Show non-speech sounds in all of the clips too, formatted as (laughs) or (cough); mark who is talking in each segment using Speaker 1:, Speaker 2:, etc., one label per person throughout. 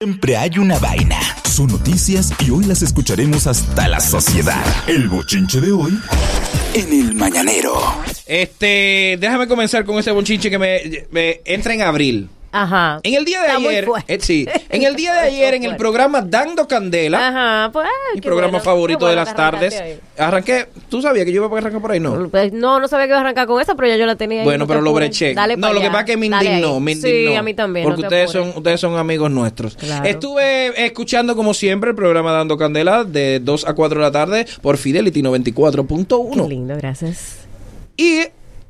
Speaker 1: Siempre hay una vaina. Son noticias y hoy las escucharemos hasta la sociedad. El bochinche de hoy en el mañanero.
Speaker 2: Este, déjame comenzar con ese bochinche que me, me entra en abril.
Speaker 3: Ajá.
Speaker 2: En el día de
Speaker 3: Está muy
Speaker 2: ayer,
Speaker 3: fuerte.
Speaker 2: eh, sí, en el
Speaker 3: (laughs)
Speaker 2: día de
Speaker 3: Muy
Speaker 2: ayer en el
Speaker 3: fuerte.
Speaker 2: programa Dando Candela,
Speaker 3: Ajá, pues. ah,
Speaker 2: mi
Speaker 3: qué
Speaker 2: programa
Speaker 3: bueno,
Speaker 2: favorito
Speaker 3: qué bueno
Speaker 2: de
Speaker 3: que
Speaker 2: las
Speaker 3: arrancaste
Speaker 2: tardes, arranqué, tú sabías que yo iba a arrancar por ahí,
Speaker 3: hoy.
Speaker 2: ¿no?
Speaker 3: Pues, no, no sabía que iba a arrancar con esa, pero ya yo la tenía. ahí,
Speaker 2: Bueno,
Speaker 3: no te
Speaker 2: pero lo
Speaker 3: apures.
Speaker 2: breché.
Speaker 3: Dale
Speaker 2: No,
Speaker 3: pa'
Speaker 2: lo que
Speaker 3: allá.
Speaker 2: pasa es que me
Speaker 3: Dale
Speaker 2: indignó,
Speaker 3: ahí.
Speaker 2: me indignó.
Speaker 3: Sí, a mí también. no
Speaker 2: Porque
Speaker 3: te
Speaker 2: ustedes, son,
Speaker 3: apures.
Speaker 2: ustedes son amigos nuestros.
Speaker 3: Claro.
Speaker 2: Estuve escuchando, como siempre, el programa Dando Candela de 2 a 4 de la tarde por Fidelity
Speaker 3: Qué
Speaker 2: 94.1.
Speaker 3: lindo, gracias.
Speaker 2: Y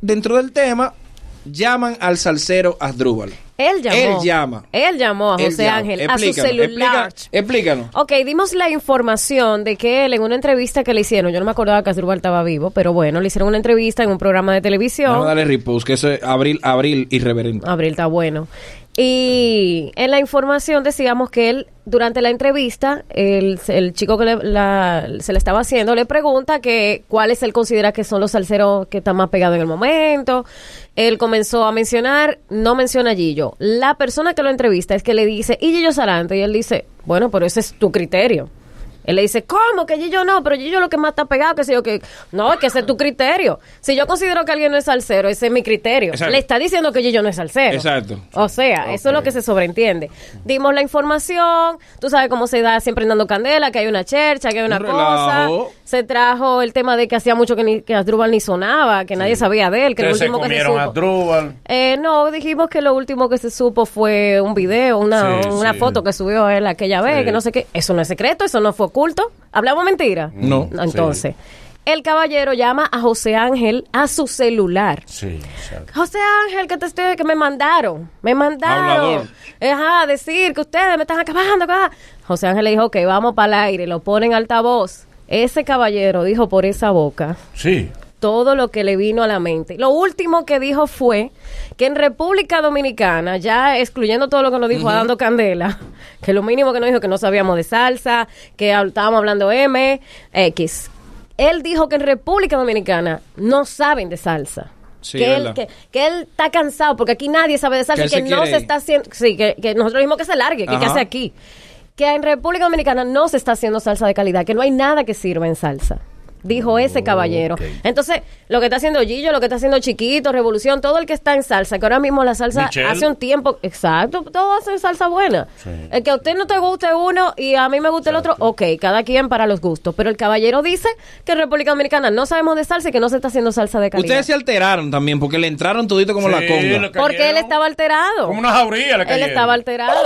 Speaker 2: dentro del tema, llaman al salsero Asdrúbal.
Speaker 3: Él llamó.
Speaker 2: Él llama.
Speaker 3: Él llamó a
Speaker 2: Él
Speaker 3: José
Speaker 2: llama.
Speaker 3: Ángel, a su
Speaker 2: Explícanos,
Speaker 3: celular.
Speaker 2: explica- explícanos.
Speaker 3: Ok, dimos la información de que él en una entrevista que le hicieron, yo no me acordaba que Asdrúbal estaba vivo, pero bueno, le hicieron una entrevista en un programa de televisión.
Speaker 2: Vamos a darle repost, que eso es abril, abril irreverente.
Speaker 3: Abril está bueno. Y en la información decíamos que él, durante la entrevista, el, el chico que le- la- se le estaba haciendo le pregunta que cuáles él considera que son los salseros que están más pegados en el momento. Él comenzó a mencionar, no menciona a Gillo. La persona que lo entrevista es que le dice, y Gillo Salante, y él dice, bueno, pero ese es tu criterio. Él le dice, ¿cómo? Que Gillo no, pero Gillo lo que más está pegado, que sé yo, que no, es que ese es tu criterio. Si yo considero que alguien no es salsero, ese es mi criterio.
Speaker 2: Exacto.
Speaker 3: Le está diciendo que Gillo no es salsero.
Speaker 2: Exacto.
Speaker 3: O sea, eso es lo que se sobreentiende. Dimos la información, tú sabes cómo se da siempre en Dando Candela, que hay una chercha, que hay una
Speaker 2: Un
Speaker 3: cosa.
Speaker 2: relajo.
Speaker 3: Se trajo el tema de que hacía mucho que, ni, que Asdrúbal ni sonaba, que nadie sabía de él, que lo
Speaker 4: Ustedes se
Speaker 3: último que se
Speaker 4: comieron a
Speaker 3: supo...
Speaker 4: Drúbal.
Speaker 3: Eh, no, dijimos que lo último que se supo fue un video, una,
Speaker 4: Sí,
Speaker 3: una
Speaker 4: sí.
Speaker 3: foto que subió él aquella vez,
Speaker 4: Sí.
Speaker 3: que no sé qué. Eso no es secreto, eso no fue oculto. ¿Hablamos mentira?
Speaker 2: No.
Speaker 3: Entonces, el caballero llama a José Ángel a su celular.
Speaker 4: Sí, exacto.
Speaker 3: José Ángel, que te estoy, que me mandaron, me
Speaker 4: Hablador.
Speaker 3: mandaron, ajá, a decir que ustedes me están acabando, acá. José Ángel le dijo, ok, vamos para el aire, lo ponen altavoz. Ese caballero dijo por esa boca
Speaker 4: Sí.
Speaker 3: todo lo que le vino a la mente. Lo último que dijo fue que en República Dominicana, ya excluyendo todo lo que nos dijo Adando Candela, que lo mínimo que nos dijo que no sabíamos de salsa, que hab- estábamos hablando M, X. Él dijo que en República Dominicana no saben de salsa.
Speaker 2: Sí,
Speaker 3: que, él,
Speaker 2: verdad.
Speaker 3: que, que él está cansado porque aquí nadie sabe de
Speaker 2: Que
Speaker 3: salsa y
Speaker 2: él se
Speaker 3: que no
Speaker 2: quiere
Speaker 3: se
Speaker 2: ir.
Speaker 3: está haciendo. Sí, que, que nosotros mismos que se largue, que, que
Speaker 2: Ajá.
Speaker 3: hace aquí. Que en República Dominicana no se está haciendo salsa de calidad, que no hay nada que sirva en salsa. Dijo ese caballero.
Speaker 4: Ok.
Speaker 3: Entonces, lo que está haciendo Gillo, lo que está haciendo Chiquito, Revolución, todo el que está en salsa, que ahora mismo la salsa
Speaker 4: Michelle.
Speaker 3: hace un tiempo, exacto, todos hacen salsa buena. El que a usted no te guste uno y a mí me gusta el otro, ok, cada quien para los gustos. Pero el caballero dice que en República Dominicana no sabemos de salsa y que no se está haciendo salsa de calidad.
Speaker 2: Ustedes se alteraron también porque le entraron todito como la
Speaker 4: Sí,
Speaker 2: conga.
Speaker 4: lo que-
Speaker 3: Porque él
Speaker 4: cayeron.
Speaker 3: estaba alterado.
Speaker 4: Como una jauría le
Speaker 3: Él
Speaker 4: cayeron.
Speaker 3: estaba alterado.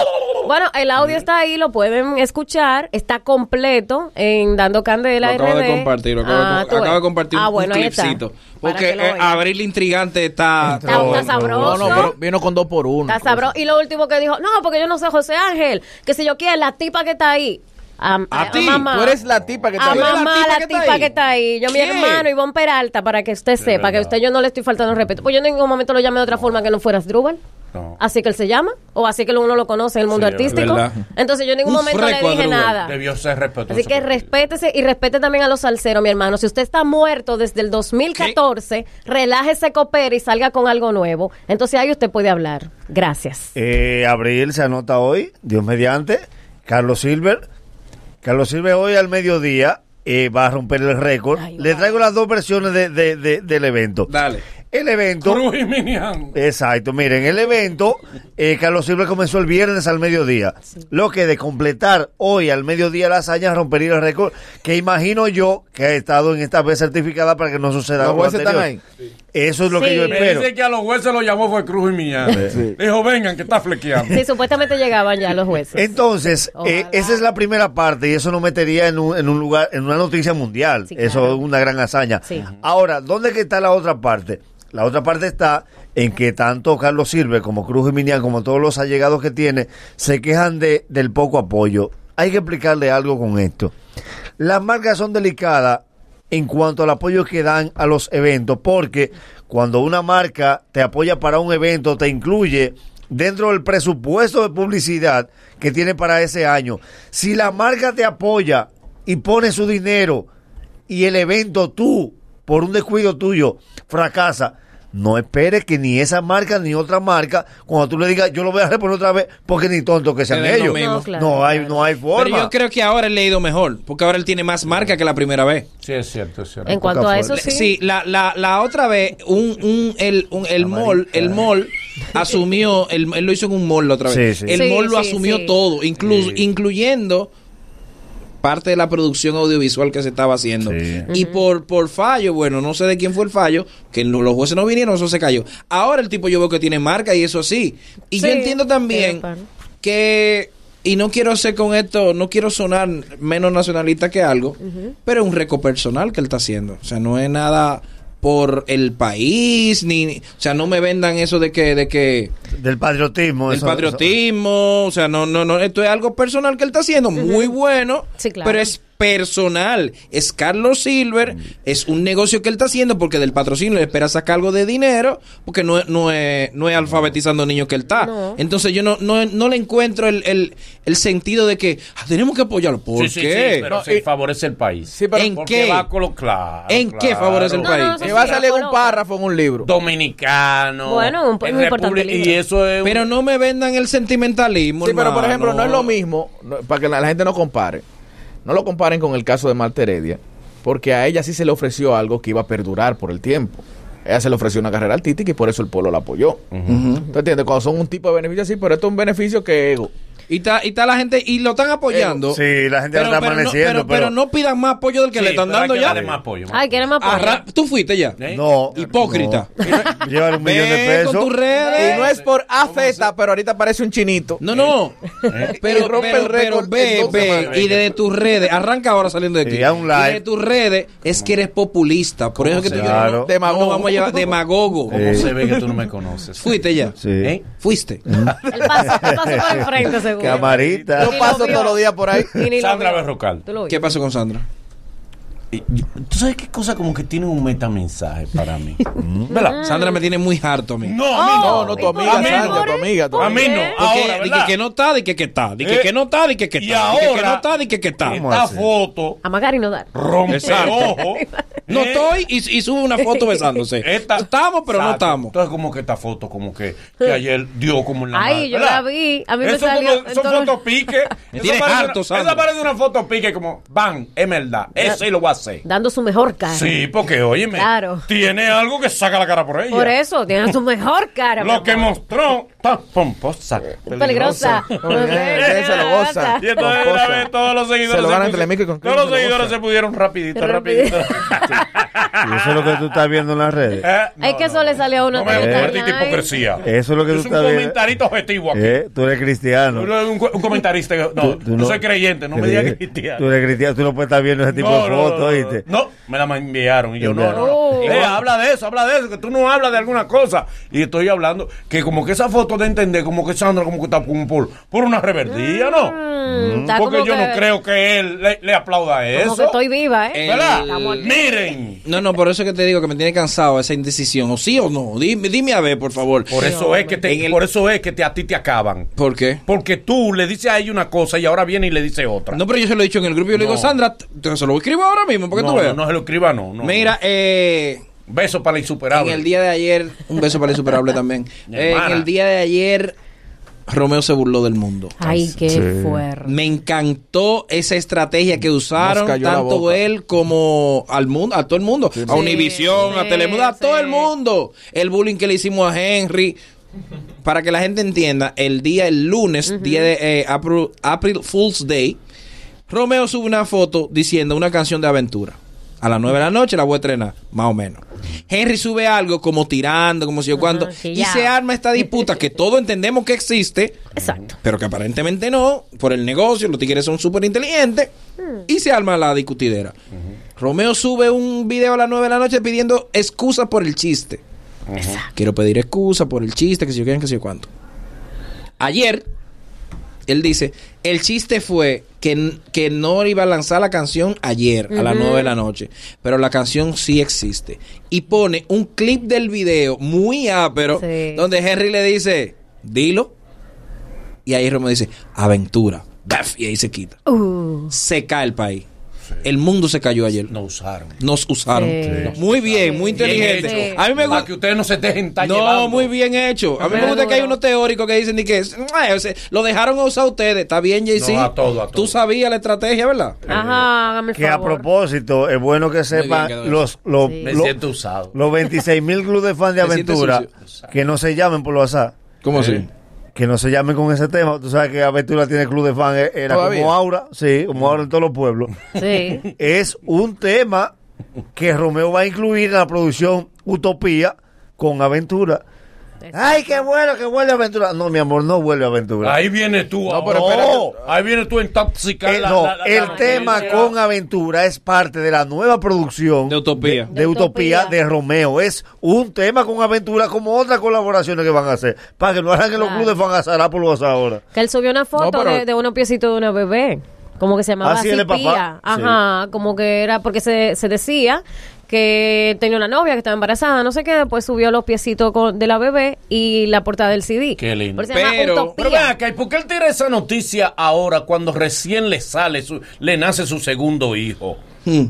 Speaker 3: Bueno, el audio está ahí, lo pueden escuchar. Está completo en Dando Candela.
Speaker 2: Lo acabo de
Speaker 3: RD.
Speaker 2: compartir, lo acabo, de-
Speaker 3: Ah, tú
Speaker 2: acabo de
Speaker 3: ves.
Speaker 2: compartir un-
Speaker 3: Ah,
Speaker 2: un,
Speaker 3: bueno, ahí está.
Speaker 2: clipcito.
Speaker 3: Para
Speaker 2: Porque
Speaker 3: que lo
Speaker 2: eh,
Speaker 3: oigan.
Speaker 2: Abril Intrigante está...
Speaker 3: Está- está sabroso.
Speaker 5: No, no, pero vino con dos por uno.
Speaker 3: Está sabroso. Y lo último que dijo, no, porque yo no sé José Ángel, que si yo quiero, la tipa que está ahí. A,
Speaker 2: ¿A ti?
Speaker 3: mamá.
Speaker 5: Tú eres la tipa que
Speaker 3: A
Speaker 5: está
Speaker 2: eres la
Speaker 3: mamá,
Speaker 2: tipa
Speaker 3: la
Speaker 2: que está
Speaker 3: tipa
Speaker 2: ahí.
Speaker 3: que está ahí. Yo, mi
Speaker 2: ¿Qué?
Speaker 3: hermano, Ivonne Peralta, para que usted sepa, que
Speaker 4: verdad.
Speaker 3: usted yo no le estoy faltando respeto. Pues yo en ningún momento lo llamé de otra forma que no fueras Drubal.
Speaker 4: No.
Speaker 3: Así que él se llama, o así que uno lo conoce en el mundo
Speaker 4: Sí, es
Speaker 3: artístico.
Speaker 2: verdad.
Speaker 3: Entonces yo en ningún
Speaker 2: Un
Speaker 3: momento le
Speaker 2: freco a
Speaker 3: dije
Speaker 2: Drubal.
Speaker 3: nada.
Speaker 4: Debió ser respetuoso.
Speaker 3: Ah. Así que respétese y respete también a los salseros, mi hermano. Si usted está muerto desde el 2014, relájese, coopere y salga con algo nuevo. Entonces ahí usted puede hablar. Gracias.
Speaker 6: Eh, Abril se anota hoy, Dios mediante. Carlos Silver. Carlos Silver hoy al mediodía eh, va a romper el récord.
Speaker 3: Ay,
Speaker 6: Le
Speaker 3: wow.
Speaker 6: traigo las dos versiones de- de- de- del evento.
Speaker 2: Dale.
Speaker 6: El evento...
Speaker 4: Cruz y Minian.
Speaker 6: Exacto, miren, el evento, eh, Carlos Silver comenzó el viernes al mediodía. Lo que de completar hoy al mediodía la hazaña rompería el récord, que imagino yo que ha estado en esta vez certificada para que no suceda
Speaker 5: Los
Speaker 6: algo
Speaker 5: jueces están
Speaker 6: anterior. Eso es lo
Speaker 3: Sí.
Speaker 6: que yo
Speaker 4: Me
Speaker 6: espero.
Speaker 4: dice que a los jueces lo llamó fue Cruz y Minian.
Speaker 5: Sí.
Speaker 4: Dijo, vengan, que está flequeando.
Speaker 3: Sí, supuestamente llegaban ya los jueces.
Speaker 6: Entonces,
Speaker 3: Ojalá.
Speaker 6: eh, esa es la primera parte y eso nos metería en un, en un lugar, en una noticia mundial.
Speaker 3: Sí,
Speaker 6: eso
Speaker 3: claro.
Speaker 6: es una gran hazaña.
Speaker 3: Sí.
Speaker 6: Ahora, ¿dónde que está la otra parte? La otra parte está en que tanto Carlos Silve como Cruz y Minian, como todos los allegados que tiene, se quejan de, del poco apoyo. Hay que explicarle algo con esto. Las marcas son delicadas en cuanto al apoyo que dan a los eventos, porque cuando una marca te apoya para un evento, te incluye dentro del presupuesto de publicidad que tiene para ese año. Si la marca te apoya y pone su dinero y el evento tú, por un descuido tuyo, fracasa, No esperes que ni esa marca ni otra marca, cuando tú le digas, yo lo voy a reponer otra vez, porque ni tonto que sean
Speaker 2: den lo
Speaker 6: ellos.
Speaker 2: mismo.
Speaker 6: No,
Speaker 2: No,
Speaker 3: claro,
Speaker 6: hay,
Speaker 3: claro.
Speaker 6: no hay forma.
Speaker 2: Pero yo creo que ahora él le ha ido mejor, porque ahora él tiene más marca que la primera vez.
Speaker 4: Sí, es cierto, es cierto.
Speaker 3: En cuanto
Speaker 6: poca
Speaker 3: a eso,
Speaker 2: Le-
Speaker 3: sí.
Speaker 2: Sí, la, la, la otra vez, un, un, el, un- el mall, el mall asumió, el- él lo hizo en un mall la otra vez.
Speaker 6: eh. Sí, sí.
Speaker 2: El
Speaker 3: Sí,
Speaker 2: mall lo
Speaker 3: sí,
Speaker 2: asumió
Speaker 3: sí.
Speaker 2: todo, incluso, incluyendo parte de la producción audiovisual que se estaba haciendo.
Speaker 6: Sí.
Speaker 2: Y por, por fallo, bueno, no sé de quién fue el fallo, que no- los jueces no vinieron, eso se cayó. Ahora el tipo yo veo que tiene marca y eso sí. Y yo
Speaker 3: Sí,
Speaker 2: entiendo
Speaker 3: tiene
Speaker 2: también
Speaker 3: par.
Speaker 2: que, y no quiero ser con esto, no quiero sonar menos nacionalista que algo, pero es un récord personal que él está haciendo. O sea, no es nada por el país, ni, ni- o sea, no me vendan eso de que, de que
Speaker 6: Del patriotismo.
Speaker 2: el
Speaker 6: eso-
Speaker 2: patriotismo, o sea, no, no, no, esto es algo personal que él está haciendo, muy bueno,
Speaker 3: Sí, claro.
Speaker 2: pero es personal, es Carlos Silver, es un negocio que él está haciendo porque del patrocinio le espera sacar algo de dinero, porque no, es- no, es, no es alfabetizando niños que él está.
Speaker 3: No.
Speaker 2: Entonces yo no, no, no le encuentro el, el, el sentido de que ah, tenemos que apoyarlo. ¿Por
Speaker 4: Sí, sí,
Speaker 2: qué? eh,
Speaker 4: sí, pero
Speaker 5: No,
Speaker 4: se
Speaker 5: y-
Speaker 4: favorece el país.
Speaker 5: Sí, pero
Speaker 2: ¿En
Speaker 4: Porque
Speaker 2: qué?
Speaker 4: va a colo- claro,
Speaker 2: ¿En
Speaker 4: claro.
Speaker 2: qué favorece el
Speaker 3: No,
Speaker 2: país?
Speaker 3: no, eso
Speaker 5: Que va a
Speaker 3: sí,
Speaker 5: salir en un
Speaker 3: coloca.
Speaker 5: párrafo en un libro.
Speaker 4: Dominicano.
Speaker 3: Bueno, un-
Speaker 4: en
Speaker 3: muy importante
Speaker 4: República-
Speaker 3: libro.
Speaker 4: Y eso es. un-
Speaker 2: Pero no me vendan el sentimentalismo.
Speaker 5: Sí, pero por ejemplo, no es lo
Speaker 2: hermano.
Speaker 5: mismo, no, para que la, la gente no compare, no lo comparen con el caso de Marta Heredia, porque a ella sí se le ofreció algo que iba a perdurar por el tiempo. Ella se le ofreció una carrera artística y por eso el pueblo la apoyó. ¿Tú entiendes? Cuando son un tipo de beneficio así, pero esto es un beneficio que ego.
Speaker 2: Y está, y está la gente, y lo están
Speaker 5: Eh,
Speaker 2: apoyando.
Speaker 6: Sí, la gente la está amaneciendo.
Speaker 2: No, pero, pero no pidan más apoyo del que
Speaker 4: Sí,
Speaker 2: le están
Speaker 4: pero hay
Speaker 2: dando
Speaker 4: que
Speaker 2: ya.
Speaker 4: darle más Ah, apoyo, más
Speaker 3: Ay, quieren más apoyo.
Speaker 2: Arra- Tú fuiste ya.
Speaker 4: ¿Eh?
Speaker 6: No.
Speaker 2: Hipócrita.
Speaker 6: no. Llevar un millón de
Speaker 2: Ve
Speaker 6: pesos.
Speaker 2: con tus redes.
Speaker 5: Y no es por afeta, pero ahorita parece un chinito.
Speaker 2: No, no.
Speaker 4: Eh,
Speaker 2: (laughs) Pero,
Speaker 5: Y rompe
Speaker 2: pero,
Speaker 5: el
Speaker 2: pero
Speaker 5: récord
Speaker 2: ve,
Speaker 5: en dos
Speaker 2: ve.
Speaker 5: semanas.
Speaker 2: Y desde tus redes, arranca ahora saliendo de ti.
Speaker 6: Y a un
Speaker 2: Y
Speaker 6: live.
Speaker 2: desde tus redes es que eres populista. Por eso es que tú
Speaker 4: se-
Speaker 2: dices, no, no,
Speaker 6: Claro.
Speaker 5: Demagogo.
Speaker 2: no vamos a llevar demagogo.
Speaker 4: ¿Cómo
Speaker 6: Eh.
Speaker 4: se ve que tú no me conoces?
Speaker 2: (laughs) Fuiste ya.
Speaker 6: Sí.
Speaker 4: ¿Eh?
Speaker 2: Fuiste.
Speaker 3: Él pasó, él pasó por el
Speaker 5: (laughs)
Speaker 3: frente, seguro.
Speaker 6: Camarita.
Speaker 5: Yo
Speaker 3: Y lo
Speaker 5: paso
Speaker 3: vio.
Speaker 5: todos los días por ahí.
Speaker 3: Y ni lo
Speaker 4: Sandra
Speaker 3: vio.
Speaker 4: Berrocal.
Speaker 3: Tú lo
Speaker 2: ¿Qué
Speaker 3: viste.
Speaker 2: pasó con Sandra?
Speaker 4: Y- y- ¿Tú sabes qué cosa como que tiene un metamensaje para
Speaker 3: (laughs)
Speaker 4: mí?
Speaker 3: Mm.
Speaker 4: ¿Verdad?
Speaker 2: Mm. Sandra me tiene muy harto a mí.
Speaker 4: No, a mí
Speaker 5: No,
Speaker 4: no.
Speaker 5: no, tu
Speaker 3: Oh, ¿y
Speaker 5: amiga,
Speaker 3: por qué,
Speaker 5: Sandra, tu
Speaker 3: amores?
Speaker 5: amiga, tu
Speaker 3: ¿Por
Speaker 4: A mí no.
Speaker 3: qué?
Speaker 2: Porque-
Speaker 4: Ahora,
Speaker 2: de
Speaker 4: ¿verdad?
Speaker 2: que, no está, de que, que está, de que,
Speaker 4: Eh,
Speaker 2: que no está, de que, que
Speaker 4: Y
Speaker 2: está, de que, que
Speaker 4: ahora-
Speaker 2: no está, de que, que está.
Speaker 6: ¿Cómo
Speaker 4: Esta
Speaker 6: así?
Speaker 4: foto
Speaker 3: Amagar y no dar.
Speaker 4: rompe
Speaker 2: Exacto.
Speaker 4: ojo.
Speaker 2: No
Speaker 4: ¿eh?
Speaker 2: estoy y, y sube una foto besándose.
Speaker 4: (laughs) Esta-
Speaker 2: estamos, pero
Speaker 4: Exacto.
Speaker 2: no estamos.
Speaker 4: Entonces, como que esta foto, como que, que ayer dio como en la
Speaker 3: Ay, yo
Speaker 4: ¿verdad?
Speaker 3: la vi. A mí me
Speaker 4: Eso
Speaker 3: salió
Speaker 4: como-
Speaker 3: en
Speaker 4: son
Speaker 3: todo-
Speaker 4: fotos pique.
Speaker 3: (laughs)
Speaker 2: Me
Speaker 4: Eso
Speaker 2: tienes
Speaker 4: parece
Speaker 2: harto,
Speaker 4: una-
Speaker 2: Sandra.
Speaker 4: Esa parece una foto pique, como, van, es verdad. Eso y lo voy a hacer.
Speaker 3: Dando su mejor cara.
Speaker 4: Sí, porque, óyeme,
Speaker 3: Ah. Claro.
Speaker 4: tiene algo que saca la cara por ella.
Speaker 3: Por eso, tiene su mejor cara. mi
Speaker 4: Lo que
Speaker 3: amor.
Speaker 4: mostró tan
Speaker 3: (laughs)
Speaker 4: pomposa.
Speaker 3: Peligrosa.
Speaker 5: Ustedes se lo gozan.
Speaker 4: Y entonces
Speaker 5: Pomposa.
Speaker 4: la vez, todos los seguidores.
Speaker 5: Se lo ganan
Speaker 4: pusieron-
Speaker 5: Telemicro y con
Speaker 4: Todos los
Speaker 5: Cristo lo
Speaker 4: seguidores
Speaker 5: goza.
Speaker 4: se pudieron rapidito,
Speaker 3: Rapidito.
Speaker 4: rapidito.
Speaker 6: Y eso es lo que tú estás viendo en las redes.
Speaker 4: (laughs) Eh, no,
Speaker 3: Es que eso le salió a uno
Speaker 4: No me
Speaker 3: de ¿eh?
Speaker 6: gusta,
Speaker 3: los
Speaker 4: convertiste
Speaker 3: online.
Speaker 4: hipocresía.
Speaker 6: Eso es lo que
Speaker 4: Yo
Speaker 6: tú
Speaker 4: soy
Speaker 6: estás
Speaker 4: un
Speaker 6: viendo.
Speaker 4: comentarista objetivo aquí.
Speaker 6: ¿Eh? Tú eres
Speaker 4: Tú
Speaker 6: cristiano.
Speaker 4: eres Un, un comentarista. que- No,
Speaker 6: Tú- tú
Speaker 4: yo soy creyente, no me digas
Speaker 6: Cre-
Speaker 4: cristiano.
Speaker 6: Tú eres cristiano, tú no puedes estar viendo ese tipo de fotos, ¿oíste?
Speaker 4: No, me la enviaron. Y yo, no, no, no.
Speaker 3: Oh.
Speaker 4: Eh, habla de eso, habla de eso, que tú no hablas de alguna cosa. Y estoy hablando que como que esa foto de entender, como que Sandra como que está por, un- por, por una reverdía, ¿no?
Speaker 3: Mm, está
Speaker 4: Porque
Speaker 3: como
Speaker 4: yo
Speaker 3: que-
Speaker 4: no creo que él le, le aplauda
Speaker 3: Como
Speaker 4: eso.
Speaker 3: que estoy viva, ¿eh?
Speaker 4: ¿Verdad?
Speaker 3: Estamos aquí.
Speaker 4: Miren.
Speaker 2: No, no, por eso es que te digo que me tiene cansado esa indecisión. O sí o no. Dime, dime a ver, por favor.
Speaker 4: Por eso es que te, por eso es que te, a ti te acaban.
Speaker 2: ¿Por qué?
Speaker 4: Porque tú le dices a ella una cosa y ahora viene y le dice otra.
Speaker 2: No, pero yo se lo he dicho en el grupo. Yo le digo,
Speaker 4: No.
Speaker 2: Sandra, t- te- se lo escribo ahora mismo. ¿Por qué tú
Speaker 4: no,
Speaker 2: veas?
Speaker 4: no, no se lo escriba, no. no.
Speaker 2: Mira, eh.
Speaker 4: Beso para la
Speaker 2: En
Speaker 4: insuperable.
Speaker 2: el día de ayer, un beso para el insuperable también.
Speaker 4: Mi
Speaker 2: Eh, en
Speaker 4: hermana.
Speaker 2: el día de ayer, Romeo se burló del mundo.
Speaker 3: Ay, qué fuerte.
Speaker 2: Me encantó esa estrategia que usaron
Speaker 5: Nos cayó la
Speaker 2: tanto
Speaker 5: boca.
Speaker 2: él como al mundo, a todo el mundo, a
Speaker 3: Sí,
Speaker 2: Univisión, a
Speaker 3: sí,
Speaker 2: Telemundo, a todo
Speaker 3: sí.
Speaker 2: el mundo. El bullying que le hicimos a Henry. Para que la gente entienda, el día, el lunes, día de eh, April, April Fool's Day, Romeo sube una foto diciendo una canción de aventura. A las 9 de la noche la voy a estrenar, más o menos. Henry sube algo como tirando, como si yo cuando.
Speaker 3: Ajá, sí,
Speaker 2: Y
Speaker 3: ya.
Speaker 2: se arma esta disputa que todos entendemos que existe
Speaker 3: Exacto.
Speaker 2: pero que aparentemente no, por el negocio, los tigres son súper inteligentes, y se arma la discutidera. Romeo sube un video a las 9 de la noche pidiendo excusas por el chiste. Quiero pedir excusa por el chiste, que si yo quieren, que si yo cuánto. Ayer, él dice, el chiste fue que, n- que no iba a lanzar la canción ayer a las 9 de la noche, pero la canción sí existe. Y pone un clip del video muy ápero,
Speaker 3: Sí.
Speaker 2: donde Henry le dice, dilo.
Speaker 4: Eh,
Speaker 2: Y ahí Romeo dice, aventura. Gaf, y ahí se quita.
Speaker 3: Uh,
Speaker 2: Se cae el país. El mundo se cayó ayer.
Speaker 4: No usaron.
Speaker 2: Nos usaron.
Speaker 3: Sí.
Speaker 2: Nos- Muy bien, muy inteligente.
Speaker 3: Bien hecho.
Speaker 2: A mí me
Speaker 4: Para
Speaker 2: gusta.
Speaker 4: que ustedes no se dejen estar
Speaker 2: No,
Speaker 4: llevando.
Speaker 2: muy bien hecho. A mí me
Speaker 3: Pero
Speaker 2: gusta que hay
Speaker 3: duro.
Speaker 2: unos teóricos que dicen ni que es, "Ay, o sea, lo dejaron a usar ustedes. Está bien, JC.
Speaker 4: No, a todo, a todo.
Speaker 2: Tú sabías la estrategia, ¿verdad?
Speaker 3: Ajá, hágame el
Speaker 6: Que a
Speaker 3: favor.
Speaker 6: propósito, es bueno que sepan
Speaker 2: quedó eso.
Speaker 6: los, los,
Speaker 4: Me
Speaker 6: los-
Speaker 4: siento usado.
Speaker 6: los 26 mil clubes de fan de
Speaker 2: Me siento
Speaker 6: aventura que no se llamen por WhatsApp.
Speaker 2: ¿Cómo así?
Speaker 6: Que no se llamen con ese tema. Tú sabes que Aventura tiene club de fan, eh, era
Speaker 5: ¿Todavía?
Speaker 6: como Aura, sí, como Aura en todos los
Speaker 4: (laughs)
Speaker 6: pueblos.
Speaker 3: Sí.
Speaker 6: es un tema que Romeo va a incluir en la producción Utopía con Aventura. Ay, qué bueno que vuelve Aventura. No, mi amor, no vuelve Aventura.
Speaker 4: Ahí vienes tú.
Speaker 5: No,
Speaker 4: No,
Speaker 5: pero
Speaker 4: Ahí vienes tú a intoxicar
Speaker 6: Eh,
Speaker 4: la-
Speaker 6: no,
Speaker 4: la- la-
Speaker 6: el
Speaker 4: la-
Speaker 6: tema
Speaker 4: la-
Speaker 6: con Aventura es parte de la nueva producción
Speaker 2: De Utopía.
Speaker 6: de Utopía de Romeo. Es un tema con Aventura como otras colaboraciones que van a hacer. Para que no hagan que los
Speaker 3: Claro.
Speaker 6: clubes van a salar por los ahora.
Speaker 3: Que él subió una foto
Speaker 5: No, pero-
Speaker 3: de, de unos piecitos de una bebé. Como que se llamaba
Speaker 6: Así
Speaker 3: así,
Speaker 6: él es papá.
Speaker 3: Pía. Ajá, como que era porque se, se decía que tenía una novia que estaba embarazada, no sé qué. Después subió los piecitos con- de la bebé y la portada del CD.
Speaker 4: Qué lindo.
Speaker 3: Por eso se llama
Speaker 2: Pero-
Speaker 3: Utopía.
Speaker 4: Pero ven acá, ¿y por qué él tira esa noticia ahora cuando recién le sale, su- le nace su segundo hijo?
Speaker 3: Porque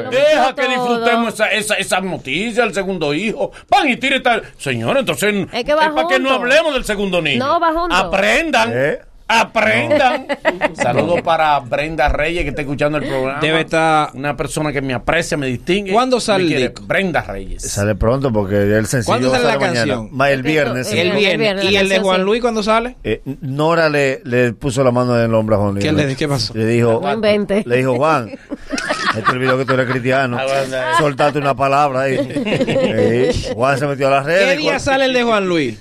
Speaker 5: Pues-
Speaker 3: lo
Speaker 4: Deja
Speaker 3: mezcló
Speaker 4: que
Speaker 3: todo.
Speaker 4: disfrutemos esa, esa, esa noticia, el segundo hijo. Pan y tire tal. Señor, entonces.
Speaker 3: Es que va
Speaker 4: para que no
Speaker 3: junto.
Speaker 4: hablemos del segundo niño.
Speaker 3: No, va junto.
Speaker 4: Aprendan.
Speaker 6: ¿Eh?
Speaker 4: Aprendan. (laughs) Saludos para Brenda Reyes, que está escuchando el programa.
Speaker 2: Debe estar-
Speaker 4: Una persona que me aprecia, me distingue.
Speaker 2: ¿Cuándo
Speaker 4: me
Speaker 2: sale el
Speaker 4: quiere.
Speaker 2: disco?
Speaker 4: Brenda Reyes.
Speaker 6: Sale pronto porque el sencillo
Speaker 2: ¿Cuándo sale la
Speaker 6: mañana.
Speaker 2: canción?
Speaker 6: Ma- El viernes.
Speaker 3: Sí,
Speaker 2: el
Speaker 3: el
Speaker 2: viernes.
Speaker 3: viernes,
Speaker 2: ¿Y
Speaker 3: la
Speaker 2: el de
Speaker 3: canción,
Speaker 2: Juan
Speaker 3: sí.
Speaker 2: Luis cuándo sale?
Speaker 6: Eh, Nora le, le puso la mano en el hombro a Juan Luis
Speaker 2: ¿Qué
Speaker 6: Guerra.
Speaker 2: le- qué pasó?
Speaker 6: Le dijo,
Speaker 3: No invente.
Speaker 6: le dijo Juan, este se te olvidó que tú eres cristiano.
Speaker 4: Ah, bueno, eh.
Speaker 6: Soltate una palabra ahí. Sí. Juan se metió a las redes.
Speaker 2: ¿Qué día
Speaker 6: Cual-
Speaker 2: sale el de Juan Luis?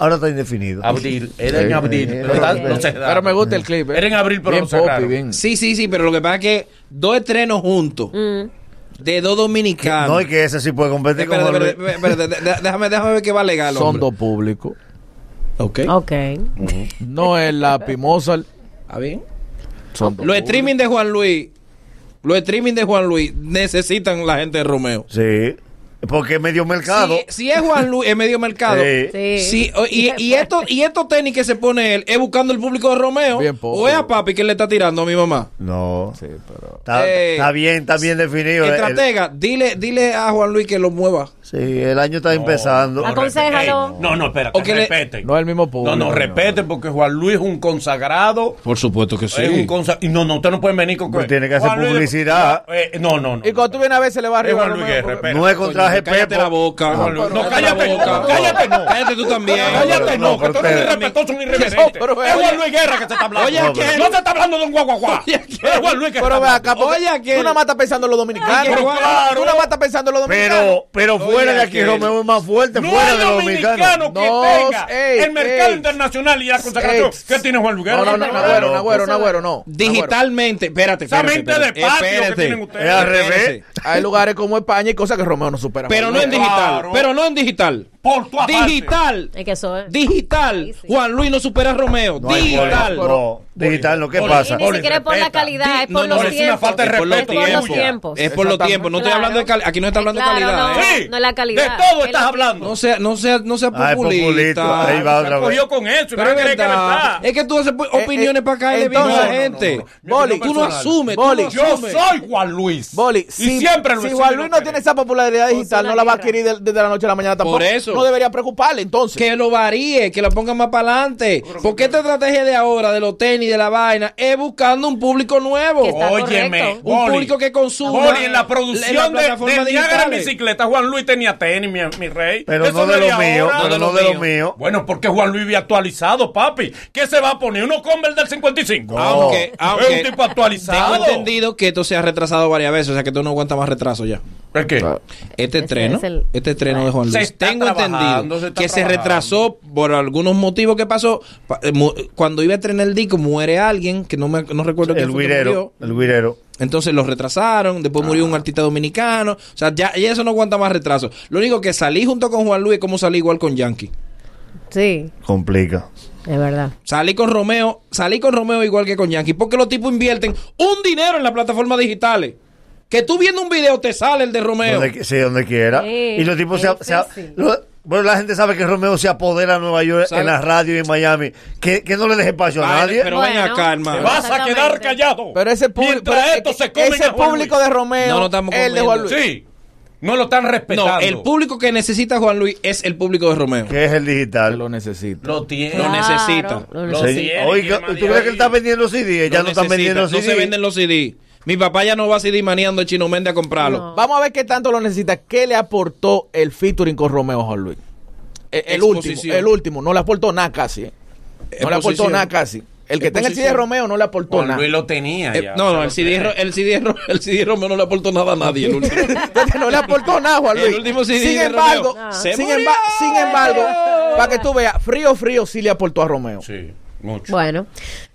Speaker 6: Ahora está indefinido.
Speaker 4: Abril. Era en abril.
Speaker 6: eh,
Speaker 4: pero
Speaker 6: eh,
Speaker 4: está-
Speaker 6: eh,
Speaker 4: no se da.
Speaker 5: Pero me gusta el clip. ¿eh?
Speaker 4: Era en abril, pero
Speaker 5: bien
Speaker 4: lo cerraron.
Speaker 5: poppy, bien.
Speaker 2: Sí, sí, sí, pero lo que pasa es que dos estrenos juntos
Speaker 3: Mm.
Speaker 2: de dos dominicanos.
Speaker 6: No, y que ese sí puede competir con
Speaker 2: Espérate,
Speaker 6: Juan
Speaker 2: espérate,
Speaker 6: Luis.
Speaker 2: espérate, espérate, de- de- déjame, déjame ver qué va legal.
Speaker 5: Son
Speaker 2: hombre. Ah,
Speaker 5: dos públicos.
Speaker 2: Ok.
Speaker 3: Ok.
Speaker 5: No es la Pimosal.
Speaker 2: ¿Está bien?
Speaker 5: Son dos
Speaker 2: Los
Speaker 5: públicos.
Speaker 2: streaming de Juan Luis, los streaming de Juan Luis necesitan la gente de Romeo.
Speaker 6: Sí, porque es medio mercado.
Speaker 2: Si, si es Juan Luis, es medio mercado.
Speaker 6: Sí.
Speaker 3: Sí.
Speaker 2: Sí, o- y, y esto, y estos tenis que se pone él, ¿es buscando el público de Romeo?
Speaker 5: Bien poco.
Speaker 2: ¿O es a papi que le está tirando a mi mamá?
Speaker 6: No,
Speaker 5: Sí, pero.
Speaker 6: está,
Speaker 2: Eh,
Speaker 6: está bien, está bien definido. El-
Speaker 2: Estratega, dile, dile a Juan Luis que lo mueva.
Speaker 6: sí, el año está empezando.
Speaker 4: No,
Speaker 3: Aconséjalo.
Speaker 4: respete. No, no, espera,
Speaker 2: O
Speaker 4: que,
Speaker 2: que le-
Speaker 4: respeten.
Speaker 5: No es el mismo público.
Speaker 4: No, no, respeten porque Juan Luis es un consagrado.
Speaker 2: Por supuesto que
Speaker 4: Es un consa- y no, no, usted no puede venir con...
Speaker 6: Pues tiene que hacer
Speaker 4: Juan Luis-
Speaker 6: publicidad.
Speaker 4: Eh, no, no, no.
Speaker 5: Y cuando tú vienes a ver, se le va
Speaker 4: Es
Speaker 5: arriba.
Speaker 4: Juan
Speaker 5: a
Speaker 4: Luis
Speaker 5: Romeo,
Speaker 4: Guerra,
Speaker 5: porque-
Speaker 4: espera.
Speaker 6: No es con traje
Speaker 2: cállate
Speaker 6: Pepo.
Speaker 2: la boca.
Speaker 4: No, Juan Luis. No,
Speaker 2: Cállate la
Speaker 4: cállate, no,
Speaker 2: boca.
Speaker 4: cállate, no.
Speaker 2: Cállate tú también.
Speaker 4: No, cállate, no,
Speaker 6: no,
Speaker 4: que tú eres
Speaker 6: pero-
Speaker 4: un irrespetuoso, un
Speaker 5: No,
Speaker 4: irreverente.
Speaker 5: pero-
Speaker 4: es Juan Luis Guerra que se está hablando.
Speaker 2: Oye,
Speaker 4: no,
Speaker 2: ¿quién?
Speaker 4: no se está hablando de un guaguaguá.
Speaker 2: Oye, ¿quién?
Speaker 4: Es Juan Luis que
Speaker 5: Pero
Speaker 4: está
Speaker 5: ve
Speaker 4: hablando.
Speaker 5: acá, porque
Speaker 2: Oye, aquel-
Speaker 5: tú nada más estás pensando en los dominicanos.
Speaker 2: Pero
Speaker 4: claro.
Speaker 5: Tú nada más estás pensando en los dominicanos.
Speaker 6: Pero, pero fuera
Speaker 2: Oye,
Speaker 6: de aquí,
Speaker 2: aquel.
Speaker 6: Romeo es más fuerte,
Speaker 4: No
Speaker 6: fuera
Speaker 4: hay
Speaker 6: de los dominicanos.
Speaker 4: dominicano que
Speaker 5: No,
Speaker 4: tenga
Speaker 5: ey,
Speaker 4: el mercado
Speaker 5: ey.
Speaker 4: internacional y la consagración.
Speaker 5: Ey.
Speaker 4: ¿Qué tiene Juan Luis Guerra?
Speaker 5: No, no, no,
Speaker 4: Pero-
Speaker 5: Nagüero, Nagüero,
Speaker 3: Eso-
Speaker 5: Nagüero, no.
Speaker 2: Digitalmente, espérate,
Speaker 4: Ah, Esa
Speaker 2: espérate.
Speaker 4: mente de
Speaker 2: espérate.
Speaker 4: patio que tienen ustedes.
Speaker 6: Es al
Speaker 2: Espérese.
Speaker 6: revés.
Speaker 5: Nagüero. Hay lugares como España y cosas que Romeo no supera. eh,
Speaker 2: Pero no
Speaker 5: Juan
Speaker 2: en
Speaker 5: Luis.
Speaker 2: digital,
Speaker 4: Claro.
Speaker 2: pero no en digital.
Speaker 4: Por tu aparte.
Speaker 2: Digital,
Speaker 3: Es que eso es.
Speaker 2: digital.
Speaker 3: Sí, sí.
Speaker 2: Juan Luis no supera a Romeo.
Speaker 6: No hay
Speaker 2: digital.
Speaker 6: forma. No, digital, ¿no? ¿Qué
Speaker 4: Oye,
Speaker 6: pasa?
Speaker 3: Y ni siquiera es por la
Speaker 4: respeta.
Speaker 3: calidad, es
Speaker 2: Di-
Speaker 3: por
Speaker 2: no, no,
Speaker 3: los
Speaker 2: es una
Speaker 3: tiempos.
Speaker 4: falta de
Speaker 2: Es por los
Speaker 4: respeto,
Speaker 3: Es por los
Speaker 4: tuya.
Speaker 3: tiempos.
Speaker 2: Es por los tiempos. No estoy
Speaker 3: Claro.
Speaker 2: hablando de calidad. Aquí no está hablando
Speaker 3: Claro,
Speaker 2: de calidad.
Speaker 3: no.
Speaker 2: ¿eh?
Speaker 4: Sí,
Speaker 3: No es la calidad,
Speaker 4: De todo
Speaker 3: es
Speaker 4: estás
Speaker 3: la-
Speaker 4: hablando.
Speaker 2: No sea, no sea, no sea
Speaker 6: Ay, Ah, populista.
Speaker 2: populista.
Speaker 6: Ahí va Eh,
Speaker 4: Se
Speaker 6: otra vez.
Speaker 4: cogió con eso. y
Speaker 2: Pero
Speaker 4: no
Speaker 2: es
Speaker 4: cree que es
Speaker 2: verdad.
Speaker 4: verdad.
Speaker 2: Es que tú haces pues, opiniones para caerle bien a la
Speaker 5: eh, entonces- No, no, no,
Speaker 2: gente.
Speaker 4: no, no.
Speaker 2: Boli, tú no
Speaker 4: Personal.
Speaker 2: asumes. tú
Speaker 5: Boli,
Speaker 2: no
Speaker 4: Yo
Speaker 2: asumes.
Speaker 4: soy Juan Luis.
Speaker 5: Boli,
Speaker 4: y
Speaker 5: si,
Speaker 4: siempre lo
Speaker 5: si
Speaker 4: he
Speaker 5: Juan
Speaker 4: sido,
Speaker 5: Luis no tiene esa popularidad digital, no la va a
Speaker 3: Guerra.
Speaker 5: adquirir del- desde la noche a la mañana tampoco.
Speaker 2: Por eso.
Speaker 5: No debería preocuparle, entonces.
Speaker 2: Que lo varíe, que lo ponga más para adelante. Porque esta estrategia de ahora, de los tenis, de la vaina, es buscando un público nuevo.
Speaker 3: Que está
Speaker 4: Óyeme,
Speaker 3: correcto.
Speaker 2: Un público que consuma.
Speaker 4: Boli, en la
Speaker 2: En la
Speaker 4: producción
Speaker 2: plataforma
Speaker 4: de, de Viagra en
Speaker 2: digitales.
Speaker 4: bicicleta, Juan Luis tenía tenis, mi, mi rey.
Speaker 6: Pero
Speaker 4: Eso
Speaker 6: no de lo
Speaker 4: ahora.
Speaker 6: mío, pero no de lo mío.
Speaker 4: Bueno, porque Juan Luis vive actualizado, papi. ¿Qué se va a poner? ¿Uno Converse del 55?
Speaker 2: Aunque, aunque
Speaker 4: Es un tipo
Speaker 2: Tengo
Speaker 4: actualizado.
Speaker 2: entendido que esto se ha retrasado varias veces, o sea que tú no aguantas más retraso ya.
Speaker 4: ¿Es qué?
Speaker 6: Ah.
Speaker 2: Este estreno,
Speaker 3: es el-
Speaker 2: este estreno de Juan
Speaker 4: Se
Speaker 2: Luis,
Speaker 4: está
Speaker 2: tengo entendido
Speaker 4: trabajando, se está
Speaker 2: que se
Speaker 4: trabajando.
Speaker 2: retrasó por algunos motivos que pasó. Pa- eh, mu- Cuando iba a estrenar el disco, muere alguien, que no, me, no recuerdo quién
Speaker 6: El
Speaker 2: fue que murió.
Speaker 6: guirero, el guirero.
Speaker 2: Entonces los retrasaron, después murió
Speaker 4: Ah.
Speaker 2: un artista dominicano. O sea, ya, ya eso no aguanta más retraso. Lo único que salí junto con Juan Luis es como salí igual con Yankee.
Speaker 3: Sí,
Speaker 6: Complica.
Speaker 3: es verdad.
Speaker 2: Salí con Romeo, salí con Romeo igual que con Yankee, porque los tipos invierten un dinero en las plataformas digitales. Que tú viendo un video te sale el de Romeo.
Speaker 6: Donde, qui- sí, donde quiera.
Speaker 3: Sí,
Speaker 6: y los tipos
Speaker 3: es
Speaker 6: se, se-
Speaker 3: difícil.
Speaker 6: lo- Bueno, la gente sabe que Romeo se apodera a Nueva York
Speaker 2: ¿Sabe?
Speaker 6: en la radio y en Miami. Que, que no le deje espacio a
Speaker 2: Vale,
Speaker 6: nadie.
Speaker 2: pero ven acá, hermano.
Speaker 4: Vas a
Speaker 3: Exactamente.
Speaker 4: quedar callado.
Speaker 5: Pero ese público.
Speaker 4: Mientras
Speaker 5: pero es
Speaker 4: esto
Speaker 5: que
Speaker 4: se comen
Speaker 5: Ese
Speaker 4: a Juan
Speaker 5: público
Speaker 4: Luis.
Speaker 5: de Romeo.
Speaker 2: No lo estamos
Speaker 5: el de Juan Luis.
Speaker 4: Sí. No lo están respetando.
Speaker 2: No, el público que necesita a Juan Luis es el público de Romeo.
Speaker 6: Que es el
Speaker 5: Que
Speaker 6: digital.
Speaker 5: lo necesita.
Speaker 4: Lo tiene.
Speaker 2: Lo necesita.
Speaker 3: lo
Speaker 4: Lo
Speaker 6: Sí.
Speaker 3: necesita.
Speaker 4: tiene,
Speaker 6: Oiga,
Speaker 4: quiere más
Speaker 6: ¿tú
Speaker 4: de
Speaker 6: crees
Speaker 4: ahí.
Speaker 6: que él está vendiendo CD? Ya no están
Speaker 2: necesita,
Speaker 6: vendiendo CD.
Speaker 2: No se venden los CD. Mi papá ya no va a CD maniando el Chino Méndez a comprarlo.
Speaker 3: No.
Speaker 5: Vamos a ver qué tanto lo necesita. ¿Qué le aportó el featuring con Romeo a Juan Luis? E-, El, el último,
Speaker 2: Exposición.
Speaker 5: el último. No le aportó nada casi. eh. No le aportó
Speaker 2: Exposición.
Speaker 5: nada casi. El que tenga el CD de
Speaker 2: Exposición.
Speaker 5: Romeo no le aportó
Speaker 4: Juan
Speaker 5: nada.
Speaker 4: Luis lo tenía.
Speaker 2: Eh,
Speaker 4: ya,
Speaker 2: no,
Speaker 4: se
Speaker 2: no,
Speaker 4: lo
Speaker 2: el CD,
Speaker 4: tenía.
Speaker 2: ro- el, CD, ro- el CD Romeo no le aportó nada a nadie.
Speaker 4: (laughs)
Speaker 2: El último,
Speaker 5: no le aportó nada, Juan Luis.
Speaker 2: el último CD
Speaker 5: sin
Speaker 2: de
Speaker 5: embargo,
Speaker 2: Romeo.
Speaker 3: No.
Speaker 2: se
Speaker 5: sin,
Speaker 2: murió.
Speaker 5: emba- sin embargo, para que tú veas, frío, frío sí le aportó a Romeo.
Speaker 4: Sí, mucho.
Speaker 3: Bueno.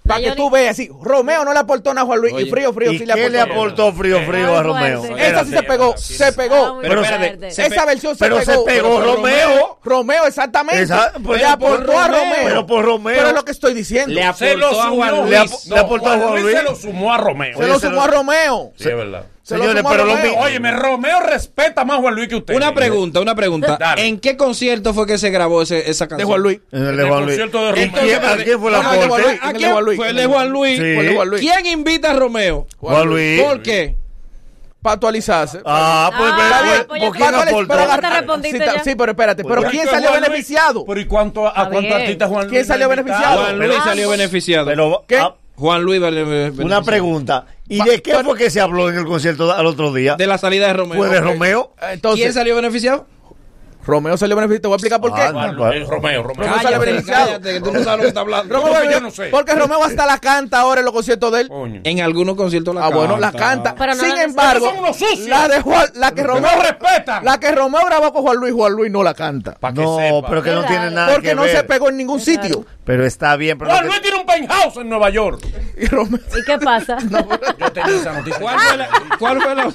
Speaker 5: Para que
Speaker 3: Nayoni-
Speaker 5: tú veas, sí, Romeo no le aportó nada a Juan Luis y
Speaker 2: Oye,
Speaker 5: frío, frío
Speaker 6: ¿Y
Speaker 5: sí le
Speaker 6: qué
Speaker 5: aportó.
Speaker 6: le aportó frío frío a
Speaker 3: Ay,
Speaker 6: Romeo?
Speaker 3: fuerte.
Speaker 5: Esa sí se pegó, se
Speaker 3: Ah,
Speaker 5: pegó.
Speaker 3: muy
Speaker 6: Pero
Speaker 3: fuerte.
Speaker 2: espérate,
Speaker 5: Se Esa pe- versión se
Speaker 6: pero
Speaker 5: pegó.
Speaker 6: se pegó
Speaker 5: Pero
Speaker 6: Romeo.
Speaker 5: Romeo, exactamente.
Speaker 6: Esa- pues,
Speaker 5: le aportó
Speaker 6: por
Speaker 5: a
Speaker 6: Romeo,
Speaker 5: Romeo.
Speaker 6: pero por Romeo.
Speaker 5: Pero es lo que estoy diciendo.
Speaker 2: Le
Speaker 4: Se lo
Speaker 2: aportó a
Speaker 4: sumó.
Speaker 2: Juan Luis.
Speaker 6: Le ap- le aportó a
Speaker 4: Juan
Speaker 6: Juan
Speaker 4: Luis.
Speaker 6: Luis.
Speaker 4: Se lo sumó a Romeo.
Speaker 5: se
Speaker 6: Oye,
Speaker 5: lo
Speaker 6: se
Speaker 5: sumó
Speaker 6: lo-
Speaker 5: a Romeo.
Speaker 4: Sí, es verdad.
Speaker 5: Se lo
Speaker 6: Señores,
Speaker 5: sumó a
Speaker 6: pero lo
Speaker 5: Romeo.
Speaker 6: mi-
Speaker 4: Óyeme, Romeo respeta más a Juan Luis que usted.
Speaker 2: Una pregunta, una pregunta.
Speaker 4: (laughs) Dale.
Speaker 2: ¿En qué concierto fue que se grabó ese- esa
Speaker 5: de
Speaker 2: canción? Ah,
Speaker 5: Juan Luis.
Speaker 6: En el
Speaker 4: En
Speaker 6: de
Speaker 4: el
Speaker 6: Juan Luis.
Speaker 4: concierto de
Speaker 6: ¿Y
Speaker 4: Romeo.
Speaker 6: quién- ¿A quién fue la
Speaker 5: No, no, de Juan
Speaker 6: corte?
Speaker 5: Luis.
Speaker 2: ¿A
Speaker 5: En el
Speaker 2: quién?
Speaker 5: de Juan Luis.
Speaker 2: Fue el de Juan Luis.
Speaker 6: Sí.
Speaker 5: Fue el de Juan Luis.
Speaker 2: ¿Quién invita a Romeo?
Speaker 6: Juan Luis.
Speaker 2: ¿Por qué?
Speaker 5: Para actualizarse.
Speaker 6: Ah, pues,
Speaker 3: Ah,
Speaker 6: pero,
Speaker 3: pues,
Speaker 6: pues,
Speaker 3: ya
Speaker 6: ¿por quién
Speaker 3: está.
Speaker 5: Para
Speaker 6: aportó?
Speaker 3: Pero
Speaker 5: agarrar-
Speaker 3: tú te respondiste
Speaker 5: sí, ta-
Speaker 3: ya.
Speaker 5: sí, pero espérate.
Speaker 4: Pues,
Speaker 5: Pero
Speaker 4: ¿por
Speaker 5: ¿quién
Speaker 4: qué
Speaker 5: salió
Speaker 4: Juan Luis?
Speaker 5: beneficiado?
Speaker 4: Pero ¿y cuánto, a
Speaker 3: Está
Speaker 4: cuántos
Speaker 3: bien.
Speaker 4: artistas Juan Luis?
Speaker 5: ¿Quién salió
Speaker 4: ha invitado?
Speaker 5: beneficiado?
Speaker 2: Juan Luis
Speaker 6: pero-
Speaker 2: salió beneficiado.
Speaker 6: Pero,
Speaker 5: ¿Qué?
Speaker 6: ah,
Speaker 2: Juan Luis vale- vale-
Speaker 6: una
Speaker 2: beneficiado.
Speaker 6: pregunta. ¿Y
Speaker 5: Pa-
Speaker 6: de qué
Speaker 5: pa-
Speaker 6: fue que se habló en el concierto al otro día?
Speaker 2: De la salida de Romeo.
Speaker 6: ¿Fue de
Speaker 2: Ok.
Speaker 6: Romeo?
Speaker 5: Entonces,
Speaker 2: ¿Quién salió beneficiado?
Speaker 5: Romeo salió beneficiado. Te voy a explicar por qué.
Speaker 6: Ah,
Speaker 4: Juan Luis, eh, Romeo, Romeo.
Speaker 5: Cállate,
Speaker 4: Salió beneficiado.
Speaker 2: cállate, que tú no sabes lo que está hablando.
Speaker 5: Romeo
Speaker 4: Yo
Speaker 5: benefició-
Speaker 4: no sé. Oh,
Speaker 5: Porque Romeo hasta la canta ahora en los conciertos de él.
Speaker 4: Coño.
Speaker 2: En algunos conciertos la
Speaker 5: Ah,
Speaker 2: canta.
Speaker 5: bueno, la canta.
Speaker 3: Pero no
Speaker 5: Sin
Speaker 3: la-
Speaker 5: embargo,
Speaker 4: Son unos sucios.
Speaker 5: la de Juan, la que Romeo
Speaker 4: No respetan.
Speaker 5: la que Romeo grabó con Juan Luis, Juan Luis no la canta.
Speaker 4: Pa' que
Speaker 6: No,
Speaker 4: sepa.
Speaker 6: pero que no
Speaker 3: Qué
Speaker 6: tiene
Speaker 3: raro.
Speaker 6: nada
Speaker 5: Porque
Speaker 6: que
Speaker 5: no
Speaker 6: ver.
Speaker 5: se pegó en ningún sitio.
Speaker 6: Pero está bien. Pero
Speaker 4: Juan
Speaker 6: lo
Speaker 4: Luis
Speaker 6: que-
Speaker 4: tiene un penthouse en Nueva York.
Speaker 5: Y Romeo
Speaker 3: ¿Y qué (laughs) pasa?
Speaker 4: Yo tenía esa noticia.
Speaker 2: ¿Cuál fue la.? cuál (laughs) fue la-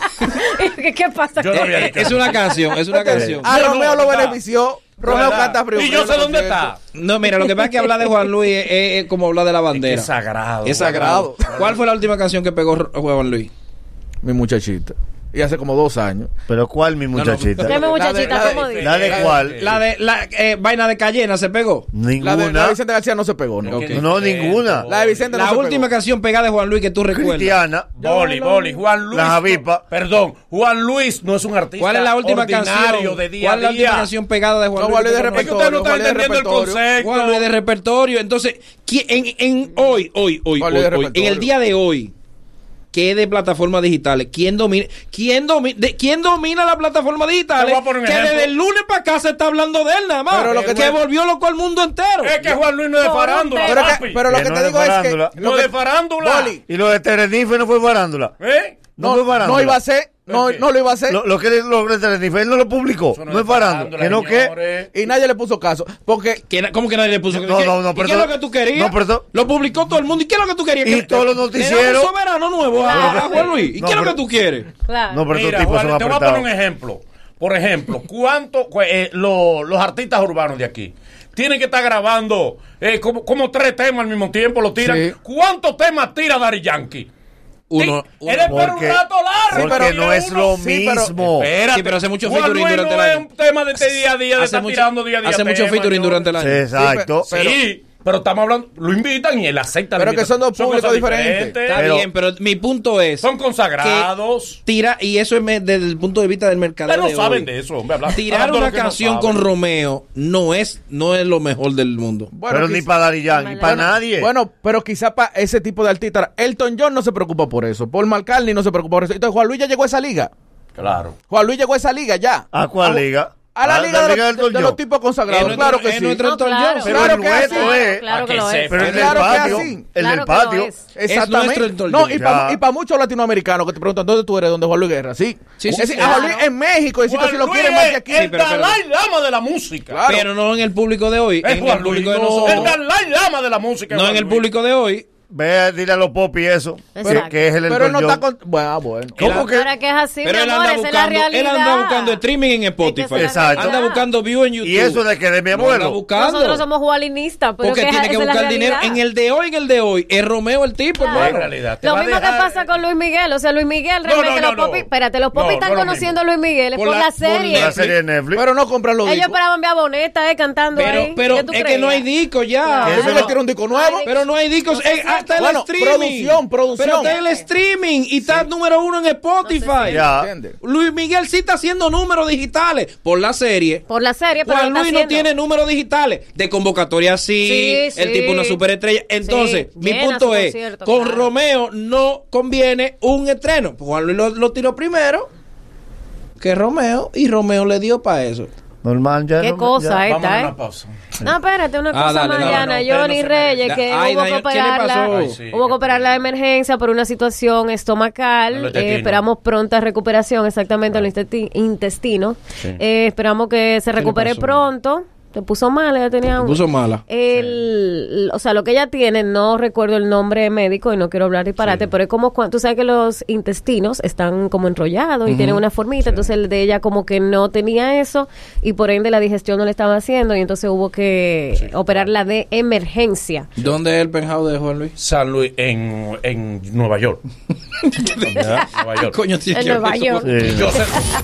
Speaker 3: ¿Qué qué pasa?
Speaker 4: Yo no había
Speaker 2: Eh,
Speaker 4: dicho.
Speaker 2: es una canción, es una canción.
Speaker 5: a
Speaker 4: No,
Speaker 5: Romeo
Speaker 4: no,
Speaker 5: lo
Speaker 4: está.
Speaker 5: benefició. Romeo
Speaker 4: ¿Verdad?
Speaker 5: canta frío.
Speaker 4: Y yo sé dónde está.
Speaker 2: No, mira, lo que pasa es que hablar de Juan Luis es, es- es como hablar de la bandera.
Speaker 4: Es sagrado.
Speaker 2: Es sagrado.
Speaker 5: Sagrado.
Speaker 2: ¿Cuál fue la última canción que pegó Ro- Juan Luis?
Speaker 5: Mi muchachita. Y hace como dos años.
Speaker 6: Pero ¿cuál, mi muchachita?
Speaker 3: Deme
Speaker 5: la
Speaker 3: muchachita,
Speaker 5: de-
Speaker 3: ¿cómo
Speaker 5: la
Speaker 3: dice?
Speaker 6: ¿La de cuál?
Speaker 2: La de la eh, vaina de Cayena se pegó.
Speaker 5: La de, la
Speaker 6: Ninguna.
Speaker 5: de Vicente García no se pegó, ¿no?
Speaker 6: Ok. No, ninguna.
Speaker 5: La de Vicente no
Speaker 2: La
Speaker 5: se
Speaker 2: última
Speaker 5: pegó.
Speaker 2: canción pegada de Juan Luis que tú recuerdas.
Speaker 6: Cristiana.
Speaker 4: Boli, boli, Juan Luis.
Speaker 6: Las avispas.
Speaker 4: no- Perdón, Juan Luis no es un artista.
Speaker 2: ¿Cuál es la última
Speaker 4: ordinario
Speaker 2: canción?
Speaker 4: De día
Speaker 2: ¿Cuál es la
Speaker 4: a día.
Speaker 2: última canción pegada de Juan
Speaker 5: No,
Speaker 2: Luis?
Speaker 5: Juan Luis de
Speaker 2: que tú
Speaker 4: Es que
Speaker 2: recuerdas?
Speaker 4: ustedes no
Speaker 5: Juan
Speaker 4: están
Speaker 5: Luis de
Speaker 4: entendiendo el
Speaker 5: repertorio.
Speaker 4: concepto.
Speaker 2: Juan Luis de repertorio. Entonces, ¿quién- en, en hoy, hoy, hoy,
Speaker 5: Juan
Speaker 2: hoy,
Speaker 5: Luis de
Speaker 2: hoy, en
Speaker 5: repertorio.
Speaker 2: el día de hoy, que es de plataformas digitales, ¿quién domina, quién domina, de- quién domina la plataforma digital?
Speaker 4: Te voy a poner un
Speaker 2: Que
Speaker 4: ejemplo.
Speaker 2: desde el lunes para acá se está hablando de él nada más.
Speaker 5: Pero lo que
Speaker 2: que,
Speaker 5: te-
Speaker 2: volvió loco al mundo entero.
Speaker 4: Es que Juan Luis no es de
Speaker 3: Por
Speaker 4: farándula.
Speaker 3: un
Speaker 5: Pero, que-
Speaker 4: papi.
Speaker 5: pero lo
Speaker 6: Que
Speaker 5: que
Speaker 6: no
Speaker 5: te
Speaker 6: es de
Speaker 5: digo es
Speaker 6: farándula.
Speaker 5: que...
Speaker 4: no
Speaker 5: lo
Speaker 4: es
Speaker 5: que-
Speaker 4: de farándula.
Speaker 5: Boli.
Speaker 6: ¿Y lo de Terenife no fue farándula?
Speaker 4: ¿Eh?
Speaker 6: No fue
Speaker 5: No,
Speaker 6: farándula.
Speaker 5: no iba a ser. No,
Speaker 4: ¿Por qué?
Speaker 5: no lo iba a hacer.
Speaker 6: Lo, lo que él logró Terenife, él no lo publicó.
Speaker 4: Eso
Speaker 6: No es farándula. Que no que...
Speaker 4: señores.
Speaker 5: Y nadie le puso caso. Porque
Speaker 2: Que na- ¿Cómo que nadie le puso?
Speaker 6: No,
Speaker 2: ¿Qué-
Speaker 6: no, no,
Speaker 2: ¿y
Speaker 6: pero
Speaker 2: ¿Qué es
Speaker 6: eso-
Speaker 2: lo que tú querías?
Speaker 6: no, pero eso-
Speaker 2: lo publicó todo el mundo. ¿Y qué es lo que tú querías?
Speaker 6: Y
Speaker 2: Que-
Speaker 6: todos los
Speaker 2: Le damos
Speaker 6: noticieros.
Speaker 2: un soberano nuevo a, a Juan Luis. ¿Y
Speaker 6: No,
Speaker 2: qué es lo
Speaker 6: pero-
Speaker 2: que tú quieres?
Speaker 3: Claro.
Speaker 6: No, pero estos
Speaker 4: Mira,
Speaker 6: tipos
Speaker 4: Juan,
Speaker 6: son
Speaker 4: te voy a poner un
Speaker 6: apretados.
Speaker 4: ejemplo. Por ejemplo, ¿cuánto cu- eh, lo- los artistas urbanos de aquí tienen que estar grabando eh, como, como tres temas al mismo tiempo? Lo tiran.
Speaker 5: Sí.
Speaker 4: ¿Cuántos temas tira Dari Yankee?
Speaker 2: Uno,
Speaker 4: Sí,
Speaker 2: uno.
Speaker 4: Él espera un
Speaker 6: Porque-
Speaker 4: rato
Speaker 6: porque
Speaker 4: largo. pero
Speaker 6: no
Speaker 4: tira
Speaker 6: es
Speaker 4: uno.
Speaker 6: lo
Speaker 5: sí, pero-
Speaker 6: mismo.
Speaker 4: Espérate.
Speaker 2: Sí, pero hace mucho
Speaker 4: Juan
Speaker 2: featuring
Speaker 4: Luis
Speaker 2: durante
Speaker 4: no
Speaker 2: el
Speaker 4: es
Speaker 2: año.
Speaker 4: un tema de este día a día, de
Speaker 2: Hace
Speaker 4: estar
Speaker 2: mucho,
Speaker 4: tirando día a día.
Speaker 2: hace mucho
Speaker 4: temas,
Speaker 2: featuring
Speaker 4: señores.
Speaker 2: durante el año.
Speaker 6: Exacto.
Speaker 5: Sí, pero-
Speaker 4: Sí, pero estamos hablando, lo invitan y él acepta. la
Speaker 5: Pero que
Speaker 4: invitación.
Speaker 5: son dos públicos
Speaker 4: cosas
Speaker 5: diferentes.
Speaker 2: Está
Speaker 6: Pero-
Speaker 2: bien, pero mi punto es.
Speaker 4: Son consagrados.
Speaker 2: que Tira, y eso es me- desde el punto de vista del mercado.
Speaker 4: Ustedes no saben de eso, hombre. habla-
Speaker 2: Tirar
Speaker 4: hablando
Speaker 2: una
Speaker 4: lo que no
Speaker 2: canción
Speaker 4: saben.
Speaker 2: con Romeo no es, no es lo mejor del mundo.
Speaker 5: Bueno,
Speaker 6: pero ni
Speaker 5: quiz-
Speaker 6: para Dari Yankee, ni para
Speaker 3: Bueno,
Speaker 6: nadie.
Speaker 5: Bueno, pero quizá para ese tipo de artistas. Elton John no se preocupa por eso. Paul McCartney no se preocupa por eso. Entonces Juan Luis ya llegó a esa liga.
Speaker 4: Claro.
Speaker 5: Juan Luis llegó a esa liga ya.
Speaker 6: ¿A cuál liga?
Speaker 5: A la liga de, los,
Speaker 6: del
Speaker 5: de los tipos consagrados.
Speaker 2: Es
Speaker 5: claro
Speaker 2: nuestro-
Speaker 5: que
Speaker 2: es
Speaker 5: sí.
Speaker 2: nuestro
Speaker 3: No,
Speaker 2: Elton
Speaker 3: claro.
Speaker 2: John.
Speaker 6: Pero
Speaker 5: claro
Speaker 6: el
Speaker 5: que
Speaker 6: nuestro
Speaker 5: sí.
Speaker 6: es.
Speaker 3: Claro que
Speaker 4: que
Speaker 3: lo es.
Speaker 4: sepa.
Speaker 6: Pero el del
Speaker 5: Claro que
Speaker 6: patio.
Speaker 5: así.
Speaker 6: El
Speaker 3: Claro
Speaker 6: del
Speaker 3: que lo
Speaker 6: patio.
Speaker 3: es.
Speaker 2: Es nuestro
Speaker 5: Exactamente.
Speaker 2: Elton
Speaker 5: no,
Speaker 2: John.
Speaker 5: y para
Speaker 6: Ya.
Speaker 5: muchos latinoamericanos que te preguntan dónde tú eres, dónde Juan Luis Guerra. Sí.
Speaker 2: Sí, sí,
Speaker 5: Es decir,
Speaker 2: sí.
Speaker 5: a Juan
Speaker 3: Claro.
Speaker 5: Luis en México. Y si
Speaker 4: Juan
Speaker 5: lo
Speaker 4: Luis
Speaker 5: quieren más que aquí.
Speaker 4: es
Speaker 2: Sí,
Speaker 4: El
Speaker 2: pero- pero-
Speaker 4: Dalai Lama de la música.
Speaker 5: Claro.
Speaker 2: Pero no en el público de hoy.
Speaker 4: Es
Speaker 2: en
Speaker 4: Juan
Speaker 2: el
Speaker 4: Luis.
Speaker 2: público de
Speaker 4: no. El
Speaker 2: nosotros.
Speaker 4: Dalai Lama de la música. es
Speaker 2: No en
Speaker 4: Juan
Speaker 2: el
Speaker 4: Luis.
Speaker 2: público de hoy.
Speaker 6: Ve, dile a los popis eso. Que,
Speaker 3: Exacto.
Speaker 6: que es el
Speaker 5: Pero él no
Speaker 6: entorno.
Speaker 5: está con... Bueno, ah, bueno.
Speaker 6: ¿Cómo que?
Speaker 3: Ahora que es así,
Speaker 2: Pero
Speaker 3: mi
Speaker 2: él
Speaker 3: amor,
Speaker 2: anda,
Speaker 3: esa es la
Speaker 2: buscando,
Speaker 3: realidad.
Speaker 2: él anda buscando streaming en Spotify.
Speaker 3: Es que
Speaker 6: esa es la
Speaker 2: Anda
Speaker 3: realidad.
Speaker 2: buscando views en YouTube.
Speaker 6: Y eso de que de mi
Speaker 2: No anda
Speaker 6: abuelo.
Speaker 2: buscando.
Speaker 3: Nosotros somos juvalinistas, pero
Speaker 2: Porque
Speaker 3: que
Speaker 2: tiene
Speaker 3: esa
Speaker 2: que
Speaker 3: es la
Speaker 2: buscar dinero.
Speaker 3: realidad.
Speaker 2: En el de hoy, en el de hoy. Es Romeo el tipo,
Speaker 3: Claro.
Speaker 2: hermano.
Speaker 4: realidad. Te
Speaker 3: Lo
Speaker 4: va a
Speaker 3: mismo que
Speaker 4: dejar-
Speaker 3: pasa con Luis Miguel. O sea, Luis Miguel
Speaker 4: No, no,
Speaker 3: realmente
Speaker 4: no,
Speaker 3: los
Speaker 4: no.
Speaker 3: popis. Espérate, los popis
Speaker 4: No,
Speaker 3: están
Speaker 4: no lo
Speaker 3: conociendo a Luis Miguel. Es por, la, serie.
Speaker 6: La serie de Netflix.
Speaker 5: Pero no compran los
Speaker 3: Ellos
Speaker 5: discos.
Speaker 3: esperaban ver a Boneta eh, cantando ahí.
Speaker 2: Pero, pero
Speaker 3: ¿Qué
Speaker 2: es
Speaker 3: tú
Speaker 2: que
Speaker 3: creías?
Speaker 2: no hay disco ya.
Speaker 5: Eso
Speaker 6: Pero-
Speaker 5: le tiene un disco nuevo.
Speaker 2: Pero no hay discos. eh, ah, está el
Speaker 5: Bueno,
Speaker 2: streaming.
Speaker 5: producción, producción.
Speaker 2: Pero está el streaming y está número uno en Spotify.
Speaker 6: Ya.
Speaker 5: ¿Entiendes?
Speaker 2: Luis Miguel sí está haciendo números digitales por la serie.
Speaker 3: Por la serie, pero
Speaker 2: Juan
Speaker 3: lo está
Speaker 2: Luis no
Speaker 3: haciendo.
Speaker 2: tiene números digitales. De convocatoria sí,
Speaker 3: Sí,
Speaker 2: el
Speaker 3: sí.
Speaker 2: tipo una superestrella. Entonces,
Speaker 3: Sí,
Speaker 2: mi
Speaker 3: llena
Speaker 2: punto
Speaker 3: su
Speaker 2: es,
Speaker 3: concierto,
Speaker 2: con
Speaker 3: claro.
Speaker 2: Romeo no conviene un estreno. Juan Luis lo, lo tiró primero que Romeo y Romeo le dio para eso.
Speaker 6: Normal, ya.
Speaker 3: Qué
Speaker 6: no-
Speaker 3: cosa,
Speaker 6: ya.
Speaker 3: eh,
Speaker 4: Vamos a
Speaker 3: está,
Speaker 4: una
Speaker 3: eh.
Speaker 4: pausa.
Speaker 3: No, espérate, una
Speaker 2: Ah,
Speaker 3: cosa
Speaker 2: dale,
Speaker 3: más,
Speaker 2: dale,
Speaker 3: Yana.
Speaker 4: no, ustedes
Speaker 3: Johnny
Speaker 4: no se
Speaker 3: Reyes,
Speaker 2: merecen. Ay,
Speaker 3: que hubo que
Speaker 2: Daniel, ¿qué le
Speaker 3: operarla,
Speaker 2: pasó?
Speaker 4: Ay, sí,
Speaker 3: hubo
Speaker 4: qué
Speaker 3: que operar la emergencia por una situación
Speaker 4: En
Speaker 3: estomacal.
Speaker 4: los
Speaker 3: Eh,
Speaker 4: intestinos.
Speaker 3: esperamos pronta recuperación, exactamente, en el intesti- intestino. Eh, esperamos que se recupere
Speaker 2: pasó?
Speaker 3: pronto. Te puso mal, ella tenía un...
Speaker 2: Puso mala.
Speaker 3: El, O sea, lo que ella tiene, no recuerdo el nombre médico y no quiero hablar disparate, pero es como cuando tú sabes que los intestinos están como enrollados y tienen una formita, entonces el de ella como que no tenía eso y por ende la digestión no le estaba haciendo y entonces hubo que operarla de emergencia.
Speaker 2: ¿Dónde es el penthouse de Juan Luis?
Speaker 4: San Luis, en, en Nueva
Speaker 2: (laughs)
Speaker 4: York. Ya, Nueva York.
Speaker 2: Coño, tiene
Speaker 3: En
Speaker 2: que ver
Speaker 3: Nueva
Speaker 2: eso
Speaker 3: York.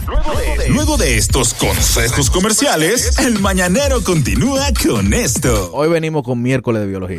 Speaker 2: con-
Speaker 6: Sí.
Speaker 1: Luego de estos consejos comerciales, el mañanero continúa con esto.
Speaker 5: Hoy venimos con miércoles de biología.